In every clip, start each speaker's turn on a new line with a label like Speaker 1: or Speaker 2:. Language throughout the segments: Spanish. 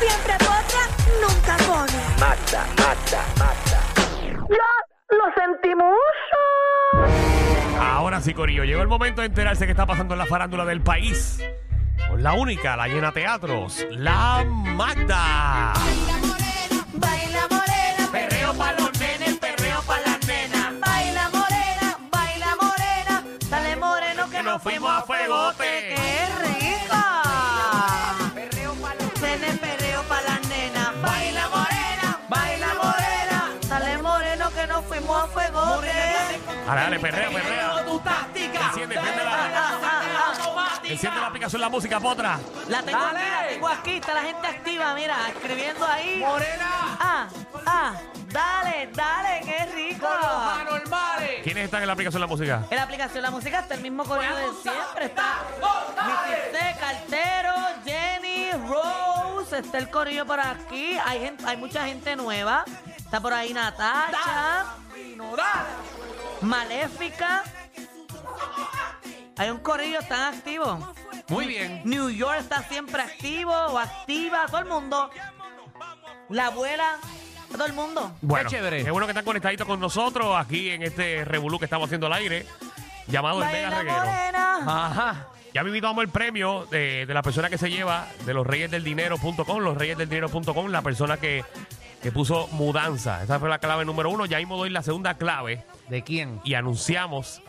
Speaker 1: Siempre potra, nunca pone.
Speaker 2: Ahora sí, Corillo, llegó el momento de enterarse qué está pasando en la farándula del país. Con la única, la llena teatros, la Magda.
Speaker 1: Baila morena,
Speaker 2: Perreo para los nenes, perreo para las nenas.
Speaker 1: baila morena, baila morena. Dale moreno que nos fuimos a fuegote. ¡Qué rica! Nene, perreo pa' las nenas. Baila morena, baila morena. Dale moreno que nos fuimos a fuegote.
Speaker 2: Dale, dale, perreo, perreo.
Speaker 3: tu táctica.
Speaker 2: Enciende, enciende la, enciende la aplicación, la música, potra.
Speaker 3: La tengo aquí, la tengo aquí. Está la gente activa, mira, escribiendo ahí.
Speaker 4: Morena,
Speaker 3: Ah, ah, dale, dale, qué rico.
Speaker 4: anormales.
Speaker 2: ¿Quiénes están en la aplicación, la música?
Speaker 3: En la aplicación La Música está el mismo corrido de siempre. Está Missy Cartero, Jenny, Rose. Está el corillo por aquí. Hay, gente, hay mucha gente nueva. Está por ahí Natacha, Maléfica. Hay un corrillo tan activo.
Speaker 4: Muy bien.
Speaker 3: New York está siempre activo o activa, todo el mundo. La abuela, todo el mundo.
Speaker 2: Bueno,
Speaker 4: chévere.
Speaker 2: es bueno que están conectaditos con nosotros aquí en este revolú que estamos haciendo al aire, llamado El Mega
Speaker 3: Baila
Speaker 2: Reguero.
Speaker 4: Ah.
Speaker 3: morena.
Speaker 4: Ajá.
Speaker 2: Ya vamos el premio de, de la persona que se lleva de los reyes del dinero.com, los reyes del dinero.com, la persona que, que puso mudanza. Esa fue la clave número uno. Ya mismo doy la segunda clave
Speaker 4: ¿De quién?
Speaker 2: y anunciamos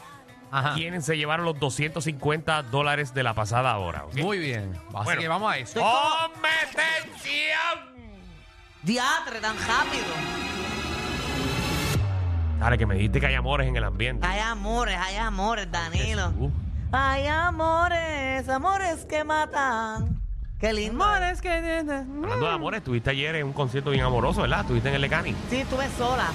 Speaker 4: Ajá.
Speaker 2: quiénes se llevaron los 250 dólares de la pasada hora. ¿ok?
Speaker 4: Muy bien. Así
Speaker 2: Bueno.
Speaker 4: que vamos a eso.
Speaker 2: ¡Competencia!
Speaker 3: Diatre, tan rápido.
Speaker 2: Ahora que me dijiste que hay amores en el ambiente.
Speaker 3: Hay amores, hay amores, Danilo.
Speaker 2: Uh,
Speaker 3: Hay amores, amores que matan. Qué lindo. Amores que
Speaker 2: hablando de amores, estuviste ayer en un concierto bien amoroso, ¿verdad? Estuviste en el Lecani.
Speaker 3: Sí, estuve sola.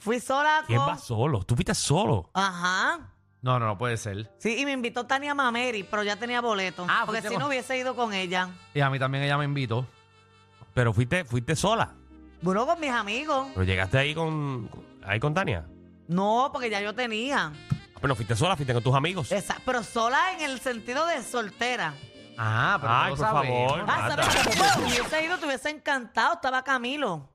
Speaker 3: Fui sola
Speaker 2: ¿Quién
Speaker 3: con-
Speaker 2: va solo? Tú fuiste solo.
Speaker 3: Ajá.
Speaker 4: No, no, no puede ser.
Speaker 3: Sí, y me invitó Tania Mameri, pero ya tenía boleto.
Speaker 4: Ah,
Speaker 3: porque
Speaker 4: fuiste
Speaker 3: si
Speaker 4: con-
Speaker 3: no hubiese ido con ella.
Speaker 4: Y a mí también ella me invitó.
Speaker 2: Pero fuiste, fuiste sola.
Speaker 3: Bueno, con mis amigos.
Speaker 2: Pero llegaste ahí con, ahí con Tania.
Speaker 3: No, porque ya yo tenía.
Speaker 2: Bueno, fuiste sola, fuiste con tus amigos.
Speaker 3: Esa- pero sola en el sentido de soltera.
Speaker 4: Ah, pero
Speaker 2: Ay,
Speaker 4: no lo
Speaker 2: por
Speaker 4: sabemos.
Speaker 2: favor.
Speaker 3: Ah,
Speaker 2: Mata.
Speaker 3: ¿sabes qué? Si hubiese ido, te hubiese encantado. Estaba Camilo.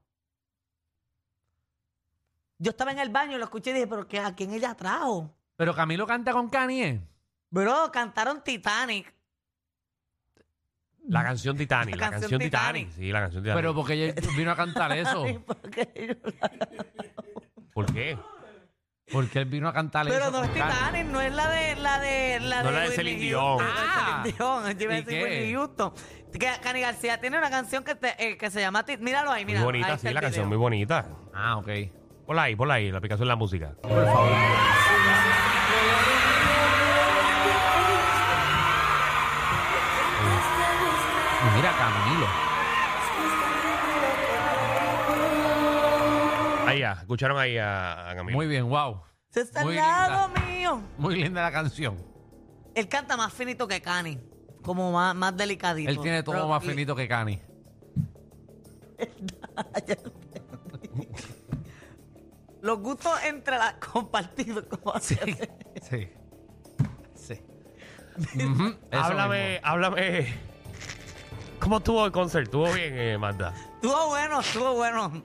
Speaker 3: Yo estaba en el baño y lo escuché y dije, pero qué, ¿a quién ella trajo?
Speaker 4: Pero Camilo canta con Kanye.
Speaker 3: Bro, cantaron Titanic.
Speaker 2: La canción Titanic, la, canción, Titanic. Sí, la canción Titanic.
Speaker 4: Pero porque ella vino a cantar eso.
Speaker 3: Ay, ¿por qué yo la-
Speaker 2: ¿Por qué?
Speaker 4: Porque él vino a cantar
Speaker 3: Pero
Speaker 4: eso.
Speaker 3: no es
Speaker 4: con Kanye.
Speaker 3: Titanic, no es la de la de la
Speaker 2: No
Speaker 3: de
Speaker 2: la de
Speaker 3: Whitney
Speaker 2: Celine
Speaker 3: Houston.
Speaker 2: Dion.
Speaker 4: Ah.
Speaker 3: Ah, Celine Dion, yo iba a
Speaker 4: ¿Y
Speaker 3: decir
Speaker 4: qué?
Speaker 3: Whitney Houston. Que Cani García tiene una canción que, te- eh, que se llama Tit- Míralo ahí,
Speaker 2: Muy
Speaker 3: mira.
Speaker 2: bonita, sí, la canción muy bonita.
Speaker 4: Ah, ok.
Speaker 2: Ponla ahí, ponla ahí, la aplicación de la música.
Speaker 4: Por favor. Mira, Camilo.
Speaker 2: Ahí ya, escucharon ahí a, a Camilo.
Speaker 4: Muy bien, wow.
Speaker 3: Se está al
Speaker 4: Muy
Speaker 3: lado mío.
Speaker 4: Muy linda la canción.
Speaker 3: Él canta más finito que Cani. Como más, más delicadito.
Speaker 4: Él tiene todo
Speaker 3: Pero-
Speaker 4: más finito que Cani.
Speaker 3: Los gustos entre las compartidos. Como hace-
Speaker 4: Sí. Sí. Ujú, eso
Speaker 2: háblame,
Speaker 4: mismo.
Speaker 2: háblame. ¿Cómo estuvo el concert? ¿Estuvo bien, eh, Magda?
Speaker 3: Estuvo bueno, estuvo bueno.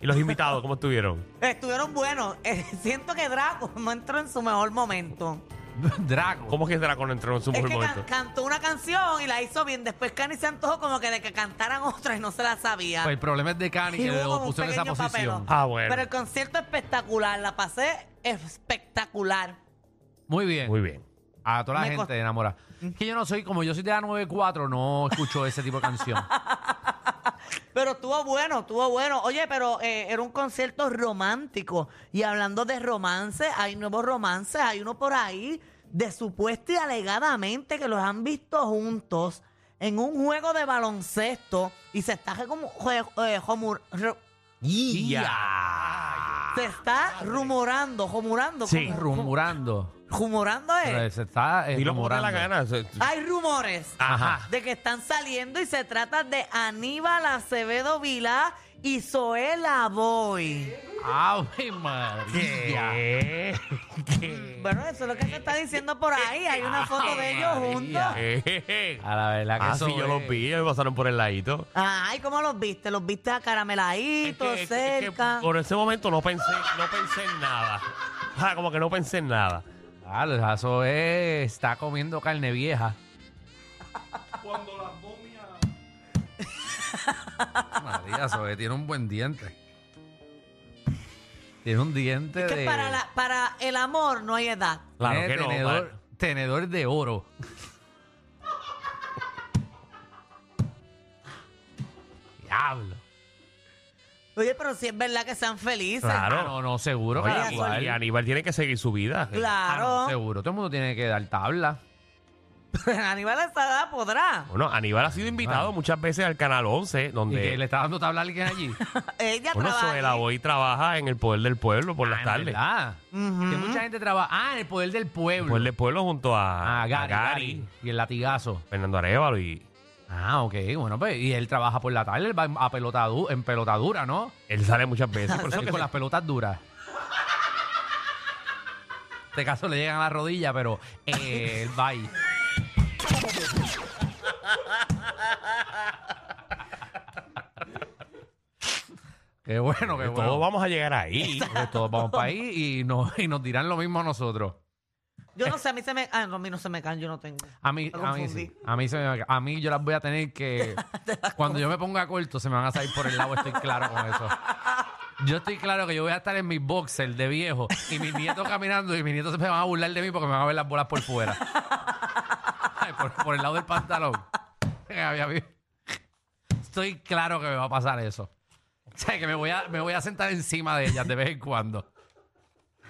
Speaker 2: ¿Y los invitados cómo estuvieron?
Speaker 3: Estuvieron buenos. Eh, siento que Draco no entró en su mejor momento.
Speaker 4: Draco.
Speaker 2: ¿Cómo es que Draco no entró en su
Speaker 3: Es
Speaker 2: mejor
Speaker 3: que can-
Speaker 2: momento?
Speaker 3: cantó una canción y la hizo bien. Después Cani se antojó como que de que cantaran otra y no se la sabía.
Speaker 4: Pues el problema es de Cani
Speaker 3: Y
Speaker 4: que
Speaker 3: hubo como
Speaker 4: lo
Speaker 3: un
Speaker 4: puso en esa
Speaker 3: pequeño papelón.
Speaker 4: posición.
Speaker 2: Ah, bueno.
Speaker 3: Pero el concierto espectacular. La pasé espectacular.
Speaker 4: Muy bien.
Speaker 2: Muy bien.
Speaker 4: A toda la
Speaker 3: Me costó. Mm.
Speaker 4: gente enamorada. Es que yo no soy, como yo soy de la 94, no escucho ese tipo de canción.
Speaker 3: Pero estuvo bueno, estuvo bueno. Oye, pero eh, era un concierto romántico. Y hablando de romance, hay nuevos romances, hay uno por ahí de supuesta y alegadamente que los han visto juntos. en un juego de baloncesto y se está como, eh,
Speaker 2: Y ya.
Speaker 3: se está rumorando, rumorando,
Speaker 2: Ah, Sí.
Speaker 4: Rumurando.
Speaker 3: rumorando
Speaker 4: Pero
Speaker 3: es.
Speaker 4: Se está eh,
Speaker 2: Dilo como te dé la
Speaker 4: rumorando.
Speaker 2: gana. Se-
Speaker 3: Hay rumores
Speaker 2: Ajá.
Speaker 3: de que están saliendo y se trata de Aníbal Acevedo Vilá y Zoela Boy.
Speaker 4: ¡Ave María!
Speaker 2: ¿Qué? ¿Qué?
Speaker 3: Bueno, eso es lo que se está diciendo por ahí. Hay
Speaker 2: Ah,
Speaker 3: una foto de ellos
Speaker 4: María.
Speaker 3: juntos.
Speaker 2: Eh,
Speaker 4: A la verdad que
Speaker 2: Ah,
Speaker 4: eso
Speaker 2: sí, yo
Speaker 4: es-
Speaker 2: los vi, ellos me pasaron por el ladito.
Speaker 3: Ay, ¿cómo los viste? Los viste
Speaker 2: Es
Speaker 3: acarameladitos,
Speaker 2: que- es que- es que
Speaker 3: cerca.
Speaker 2: por ese momento no pensé, no pensé en nada. Ah, como que no pensé en nada.
Speaker 4: Claro, eso es, está comiendo carne vieja. Cuando las momias... María, eso es, tiene un buen diente. Tiene un diente
Speaker 3: que
Speaker 4: de...
Speaker 3: para, la- para el amor no hay edad.
Speaker 2: Claro que
Speaker 4: tiene
Speaker 2: no.
Speaker 4: Eh, tenedor,
Speaker 2: pa-
Speaker 4: tenedor de oro. Diablo.
Speaker 3: Oye, pero si es verdad que sean felices.
Speaker 2: Claro.
Speaker 4: Ah, no, no, seguro.
Speaker 2: Oye,
Speaker 4: cada
Speaker 2: y-
Speaker 4: cual.
Speaker 2: y Aníbal tiene que seguir su vida.
Speaker 4: Ah, no,
Speaker 3: Claro.
Speaker 4: seguro, todo el mundo tiene que dar tabla.
Speaker 3: Aníbal a esa edad podrá.
Speaker 2: Bueno, Aníbal ha sido invitado
Speaker 4: Ah.
Speaker 2: muchas veces al Canal 11,
Speaker 4: ¿Y que le
Speaker 2: donde...
Speaker 4: está dando tabla a alguien allí?
Speaker 3: Ella
Speaker 2: Bueno,
Speaker 3: trabaja.
Speaker 2: Soela
Speaker 3: ahí.
Speaker 2: hoy trabaja en El Poder del Pueblo por las
Speaker 4: Ah,
Speaker 2: tardes.
Speaker 4: ¿verdad?
Speaker 3: Ujú.
Speaker 4: Que mucha gente trabaja. Ah, en el poder del
Speaker 2: El
Speaker 4: pueblo.
Speaker 2: Poder del Pueblo junto a,
Speaker 4: Ah,
Speaker 2: a
Speaker 4: Gary,
Speaker 2: Gary,
Speaker 4: Gary. Y el latigazo.
Speaker 2: Fernando Arevalo y...
Speaker 4: Ah, ok. Bueno, pues, y él trabaja por la tarde, él va a pelotadu- en pelotadura, ¿no?
Speaker 2: Él sale muchas veces. Por eso
Speaker 4: Él
Speaker 2: que
Speaker 4: con
Speaker 2: se-
Speaker 4: las pelotas duras. En este caso le llegan a la rodilla, pero eh, él va ahí. Qué bueno, qué
Speaker 2: que
Speaker 4: bueno.
Speaker 2: todos vamos a llegar ahí.
Speaker 4: Porque todos vamos para ahí y nos, y nos dirán lo mismo a nosotros.
Speaker 3: Yo no sé, a mí se me. Ah, no, a mí no se me caen, yo no tengo.
Speaker 4: A mí,
Speaker 3: Me
Speaker 4: a mí,
Speaker 3: confundí.
Speaker 4: sí. a mí, se me- a mí yo las voy a tener que... cuando yo me ponga corto, se me van a salir por el lado, estoy claro con eso. Yo estoy claro que yo voy a estar en mis boxers de viejo y mis nietos caminando y mis nietos se me van a burlar de mí porque me van a ver las bolas por fuera. Ay, por, por el lado del pantalón. Había vi- Estoy claro que me va a pasar eso. O sea, que me voy a, me voy a sentar encima de ellas de vez en cuando.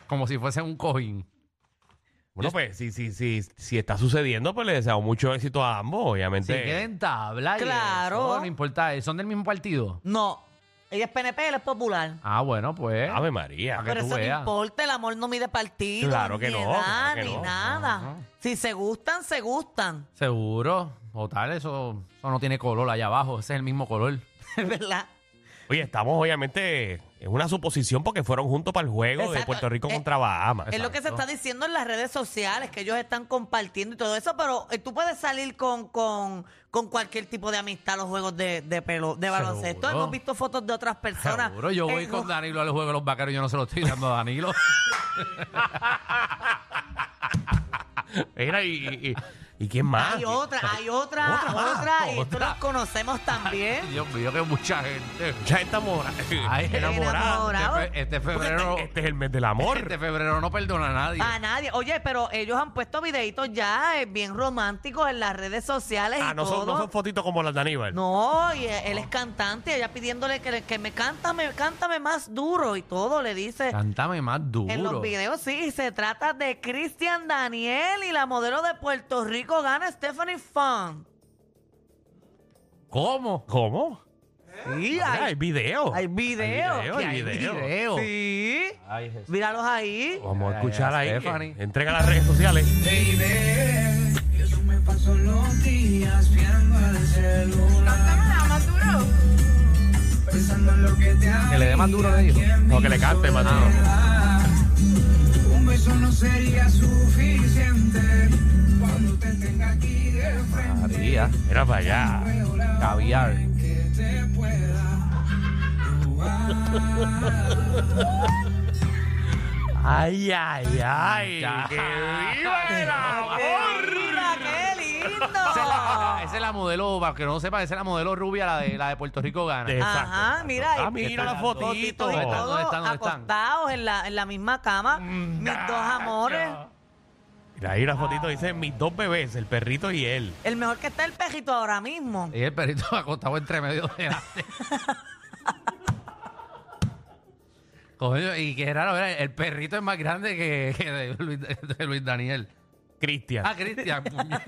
Speaker 4: Como si fuese un cojín.
Speaker 2: Bueno, pues si, si, si, si está sucediendo, pues le deseamos mucho éxito a ambos,
Speaker 4: Si
Speaker 2: obviamente.
Speaker 4: queden tabla. y
Speaker 3: Claro.
Speaker 4: eso, no importa. ¿Son del mismo partido?
Speaker 3: No. Ella es PNP, él es popular.
Speaker 4: Ah, bueno, pues.
Speaker 2: Ave María.
Speaker 4: que
Speaker 3: Pero
Speaker 4: tú
Speaker 3: eso
Speaker 4: veas.
Speaker 3: no importa, el amor no mide partido.
Speaker 2: Claro que
Speaker 3: ni
Speaker 2: no,
Speaker 3: edad,
Speaker 2: claro que
Speaker 3: ni
Speaker 2: no.
Speaker 3: nada. Si se gustan, se gustan.
Speaker 4: Seguro. O tal, eso, eso no tiene color allá abajo. Ese es el mismo color.
Speaker 3: Es verdad.
Speaker 2: Oye, estamos obviamente en una suposición porque fueron juntos para el juego de
Speaker 3: Exacto.
Speaker 2: Puerto Rico
Speaker 3: Eh,
Speaker 2: contra Bahamas.
Speaker 3: Es lo que se está diciendo en las redes sociales, que ellos están compartiendo y todo eso, pero eh, tú puedes salir con, con, con cualquier tipo de amistad a los juegos de, de, pelo, de baloncesto.
Speaker 4: Seguro.
Speaker 3: Hemos visto fotos de otras personas.
Speaker 4: Seguro. Yo voy
Speaker 3: en-
Speaker 4: con Danilo al juego de los vaqueros. Yo no se lo estoy dando a Danilo.
Speaker 2: Mira, y, y- y- ¿y quién más?
Speaker 3: Hay otra, hay otra,
Speaker 4: Otra
Speaker 3: otra,
Speaker 4: más,
Speaker 3: y esto
Speaker 4: otra.
Speaker 3: las conocemos también.
Speaker 4: Dios mío, que mucha gente.
Speaker 2: Ya estamos
Speaker 4: Ay,
Speaker 2: enamorados.
Speaker 3: enamorado.
Speaker 4: Este, fe- este febrero.
Speaker 2: Este, este es el mes del amor.
Speaker 4: Este febrero no perdona a nadie.
Speaker 3: A nadie. Oye, pero ellos han puesto videitos ya eh, bien románticos en las redes sociales
Speaker 2: ah,
Speaker 3: y
Speaker 2: no son, no
Speaker 3: todo.
Speaker 2: son fotitos como las de Aníbal.
Speaker 3: No, y e, él es cantante, ella pidiéndole que, le- que me cántame, cántame más duro y todo, le dice.
Speaker 4: Cántame más duro.
Speaker 3: En los videos sí, se trata de Cristian Daniel y la modelo de Puerto Rico gana Stephanie Funk.
Speaker 4: ¿Cómo?
Speaker 2: ¿Cómo?
Speaker 3: Sí,
Speaker 2: Mira, hay
Speaker 3: hay,
Speaker 2: video.
Speaker 3: hay video.
Speaker 2: video,
Speaker 4: ¿Qué
Speaker 2: hay
Speaker 4: hay
Speaker 2: video.
Speaker 4: video?
Speaker 3: Sí,
Speaker 4: Ay, Jesús.
Speaker 3: míralos ahí.
Speaker 2: Vamos a
Speaker 4: Ay,
Speaker 2: escuchar ahí.
Speaker 4: Stephanie.
Speaker 2: que Entrega las redes sociales.
Speaker 5: Baby, que yo me paso los días viendo el celular. Pensando en lo que te hago.
Speaker 4: Que le dé más duro, le dijo.
Speaker 2: No, que le cante, mano.
Speaker 5: Un beso no sería suficiente cuando te tenga aquí de frente.
Speaker 4: María.
Speaker 2: Mira para allá.
Speaker 4: Caviar.
Speaker 5: Que te pueda
Speaker 2: Ay, ay, ay.
Speaker 4: Ya.
Speaker 2: ¡Que viva el amor!
Speaker 3: Mira, qué lindo.
Speaker 4: Esa es, la, esa es la modelo, para que no sepa, esa es la modelo rubia, la de, la de Puerto Rico gana.
Speaker 2: Exacto,
Speaker 3: Ajá,
Speaker 2: exacto.
Speaker 3: mira,
Speaker 2: Ah,
Speaker 3: y-
Speaker 2: mira
Speaker 3: Y
Speaker 2: la
Speaker 3: todos
Speaker 4: ¿Dónde
Speaker 2: fotito.
Speaker 4: están? ¿Dónde están? ¿Dónde están?
Speaker 3: acostados en la, en la misma cama. Mis dos amores.
Speaker 2: Mira, ahí una fotito dice mis dos bebés, el perrito y él.
Speaker 3: El mejor que está el perrito ahora mismo.
Speaker 4: Y el perrito acostado entre medio de la... Coño, y qué raro, era, el perrito es más grande que, que de, Luis, de Luis Daniel.
Speaker 2: Cristian.
Speaker 4: Ah, Cristian. puñe-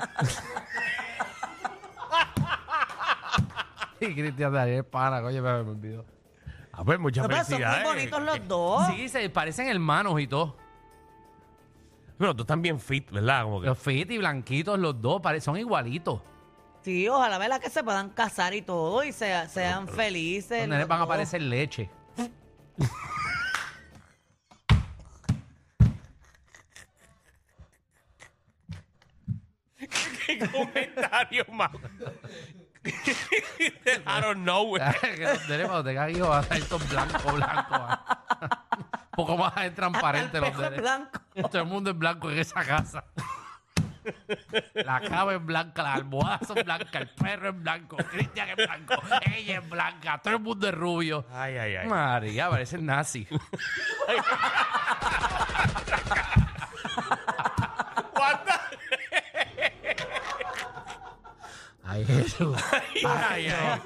Speaker 4: y Cristian Daniel es pana, coño, me, me olvidó.
Speaker 2: A ver, Ah, pues, muchas
Speaker 3: No, pero son muy
Speaker 2: felicidades.
Speaker 3: bonitos los dos.
Speaker 4: Sí, se parecen hermanos y todo.
Speaker 2: Pero tú estás bien fit, ¿verdad? Como que-
Speaker 4: Los fit y blanquitos, los dos, pare- son igualitos.
Speaker 3: Sí, ojalá ¿verdad? que se puedan casar y todo y sea- sean felices.
Speaker 4: Los nenes
Speaker 3: los
Speaker 4: van a
Speaker 3: dos.
Speaker 4: parecer leche.
Speaker 2: comentario más. I don't know.
Speaker 4: que los nenes cuando tengan hijos van a salir todos blancos, blancos. ah. Un poco más transparente
Speaker 3: Hasta el
Speaker 4: los
Speaker 3: pejo es
Speaker 4: nenes.
Speaker 3: blanco.
Speaker 4: Todo el mundo es blanco en esa casa. La cama es blanca, las almohadas son blancas, el perro es blanco, Cristian es blanco, ella es blanca, todo el mundo es rubio.
Speaker 2: Ay, ay, ay.
Speaker 4: María, parece nazi.
Speaker 2: What the-
Speaker 4: Ay, Jesús.
Speaker 2: Ay, ay.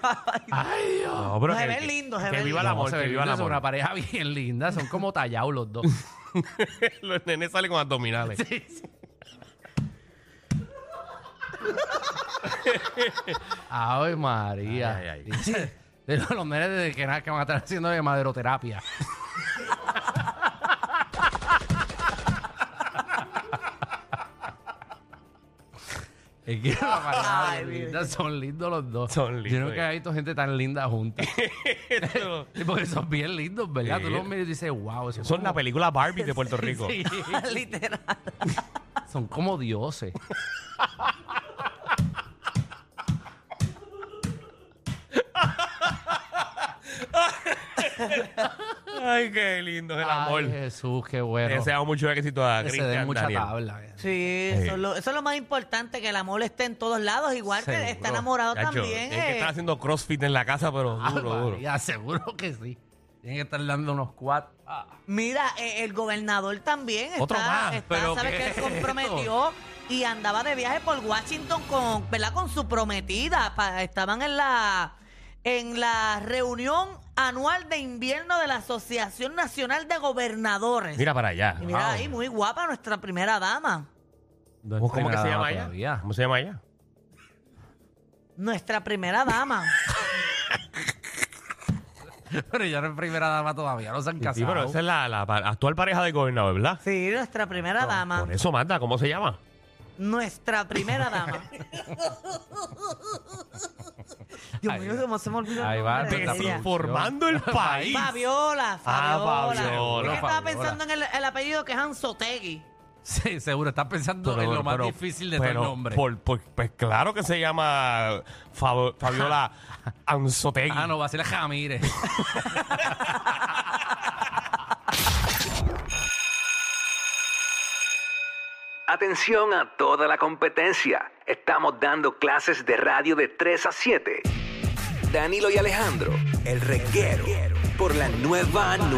Speaker 4: Ay, Dios.
Speaker 2: No, pero
Speaker 3: Se
Speaker 2: que-
Speaker 3: ven
Speaker 2: que-
Speaker 3: lindos, se
Speaker 2: Que
Speaker 3: ven
Speaker 2: viva el
Speaker 4: No,
Speaker 2: amor,
Speaker 4: se
Speaker 2: que
Speaker 4: ven
Speaker 2: viva el
Speaker 4: lindos, son una
Speaker 2: amor.
Speaker 4: pareja bien linda, son como tallados los dos.
Speaker 2: Los nenes salen con abdominales.
Speaker 4: Ay, María.
Speaker 2: Ay, ay,
Speaker 4: De los, los nenes de que, nada, que van a estar haciendo de maderoterapia. Es que la pareja
Speaker 3: Ay,
Speaker 4: bien
Speaker 3: mira.
Speaker 4: linda, son lindos los dos.
Speaker 2: Son
Speaker 4: Yo
Speaker 2: lindos, eh.
Speaker 4: nunca he visto gente tan linda junta.
Speaker 2: Esto-
Speaker 4: Y Porque son bien lindos, ¿verdad?
Speaker 2: Sí.
Speaker 4: Tú los miras y dices, wow, son,
Speaker 2: Son la
Speaker 4: como,
Speaker 2: película Barbie de Puerto Rico.
Speaker 3: Literal.
Speaker 4: son como dioses.
Speaker 2: Ay, qué lindo es el amor.
Speaker 4: Ay, Jesús, qué bueno.
Speaker 2: Deseamos mucho éxito a
Speaker 4: que se den
Speaker 2: Cristian
Speaker 4: mucha
Speaker 2: Daniel.
Speaker 4: tabla.
Speaker 3: Sí,
Speaker 2: Sí.
Speaker 3: Eso, es lo, eso es lo más importante, que el amor esté en todos lados. Igual que
Speaker 4: Seguro.
Speaker 3: está enamorado
Speaker 2: Chacho,
Speaker 3: también.
Speaker 2: Es que
Speaker 3: eh.
Speaker 2: están haciendo crossfit en la casa, pero
Speaker 4: Ah,
Speaker 2: duro, duro.
Speaker 4: María, seguro que sí. Tienen que estar dando unos cuatro. Ah,
Speaker 3: Mira, eh, el gobernador también está,
Speaker 4: Otro más,
Speaker 3: está,
Speaker 4: pero
Speaker 3: ¿sabes
Speaker 4: ¿qué
Speaker 3: que
Speaker 4: es
Speaker 3: él
Speaker 4: esto?
Speaker 3: comprometió y andaba de viaje por Washington con, ¿verdad? con su prometida. Pa- estaban en la en la reunión anual de invierno de la Asociación Nacional de Gobernadores.
Speaker 2: Mira para allá.
Speaker 3: y mira
Speaker 2: Wow.
Speaker 3: ahí, muy guapa nuestra primera dama.
Speaker 4: no
Speaker 2: ¿Cómo,
Speaker 4: estoy
Speaker 2: cómo que se
Speaker 4: nada
Speaker 2: llama ella?
Speaker 4: todavía.
Speaker 2: ¿Cómo se llama ella?
Speaker 3: Nuestra primera dama.
Speaker 4: Pero ya no es primera dama todavía, no se han casado.
Speaker 2: Sí, pero esa es la, la pa- actual pareja del gobernador, ¿verdad?
Speaker 3: Sí, nuestra primera dama.
Speaker 2: Por eso, Magda, ¿cómo se llama?
Speaker 3: Nuestra primera dama. Dios
Speaker 4: Ahí
Speaker 3: mío,
Speaker 4: va.
Speaker 3: cómo se me olvidó. el
Speaker 4: Ahí va,
Speaker 3: nombre de
Speaker 4: pero
Speaker 3: ella.
Speaker 4: está
Speaker 2: Desinformando el país.
Speaker 3: Fabiola, Fabiola. Es
Speaker 2: Fabiola,
Speaker 3: que estaba
Speaker 4: Fabiola.
Speaker 3: pensando en el, el apellido que es Anzotegui.
Speaker 4: Sí, seguro, estás pensando
Speaker 2: Pero-
Speaker 4: en lo más
Speaker 2: pero-
Speaker 4: difícil de
Speaker 2: pero
Speaker 4: todo el nombre.
Speaker 2: por- por- pues claro que se llama Fab- Fabiola Anzotegui.
Speaker 4: Ah, no, va a ser Jamírez.
Speaker 6: Atención a toda la competencia. Estamos dando clases de radio de 3 a 7. Danilo y Alejandro, el reguero, por la nueva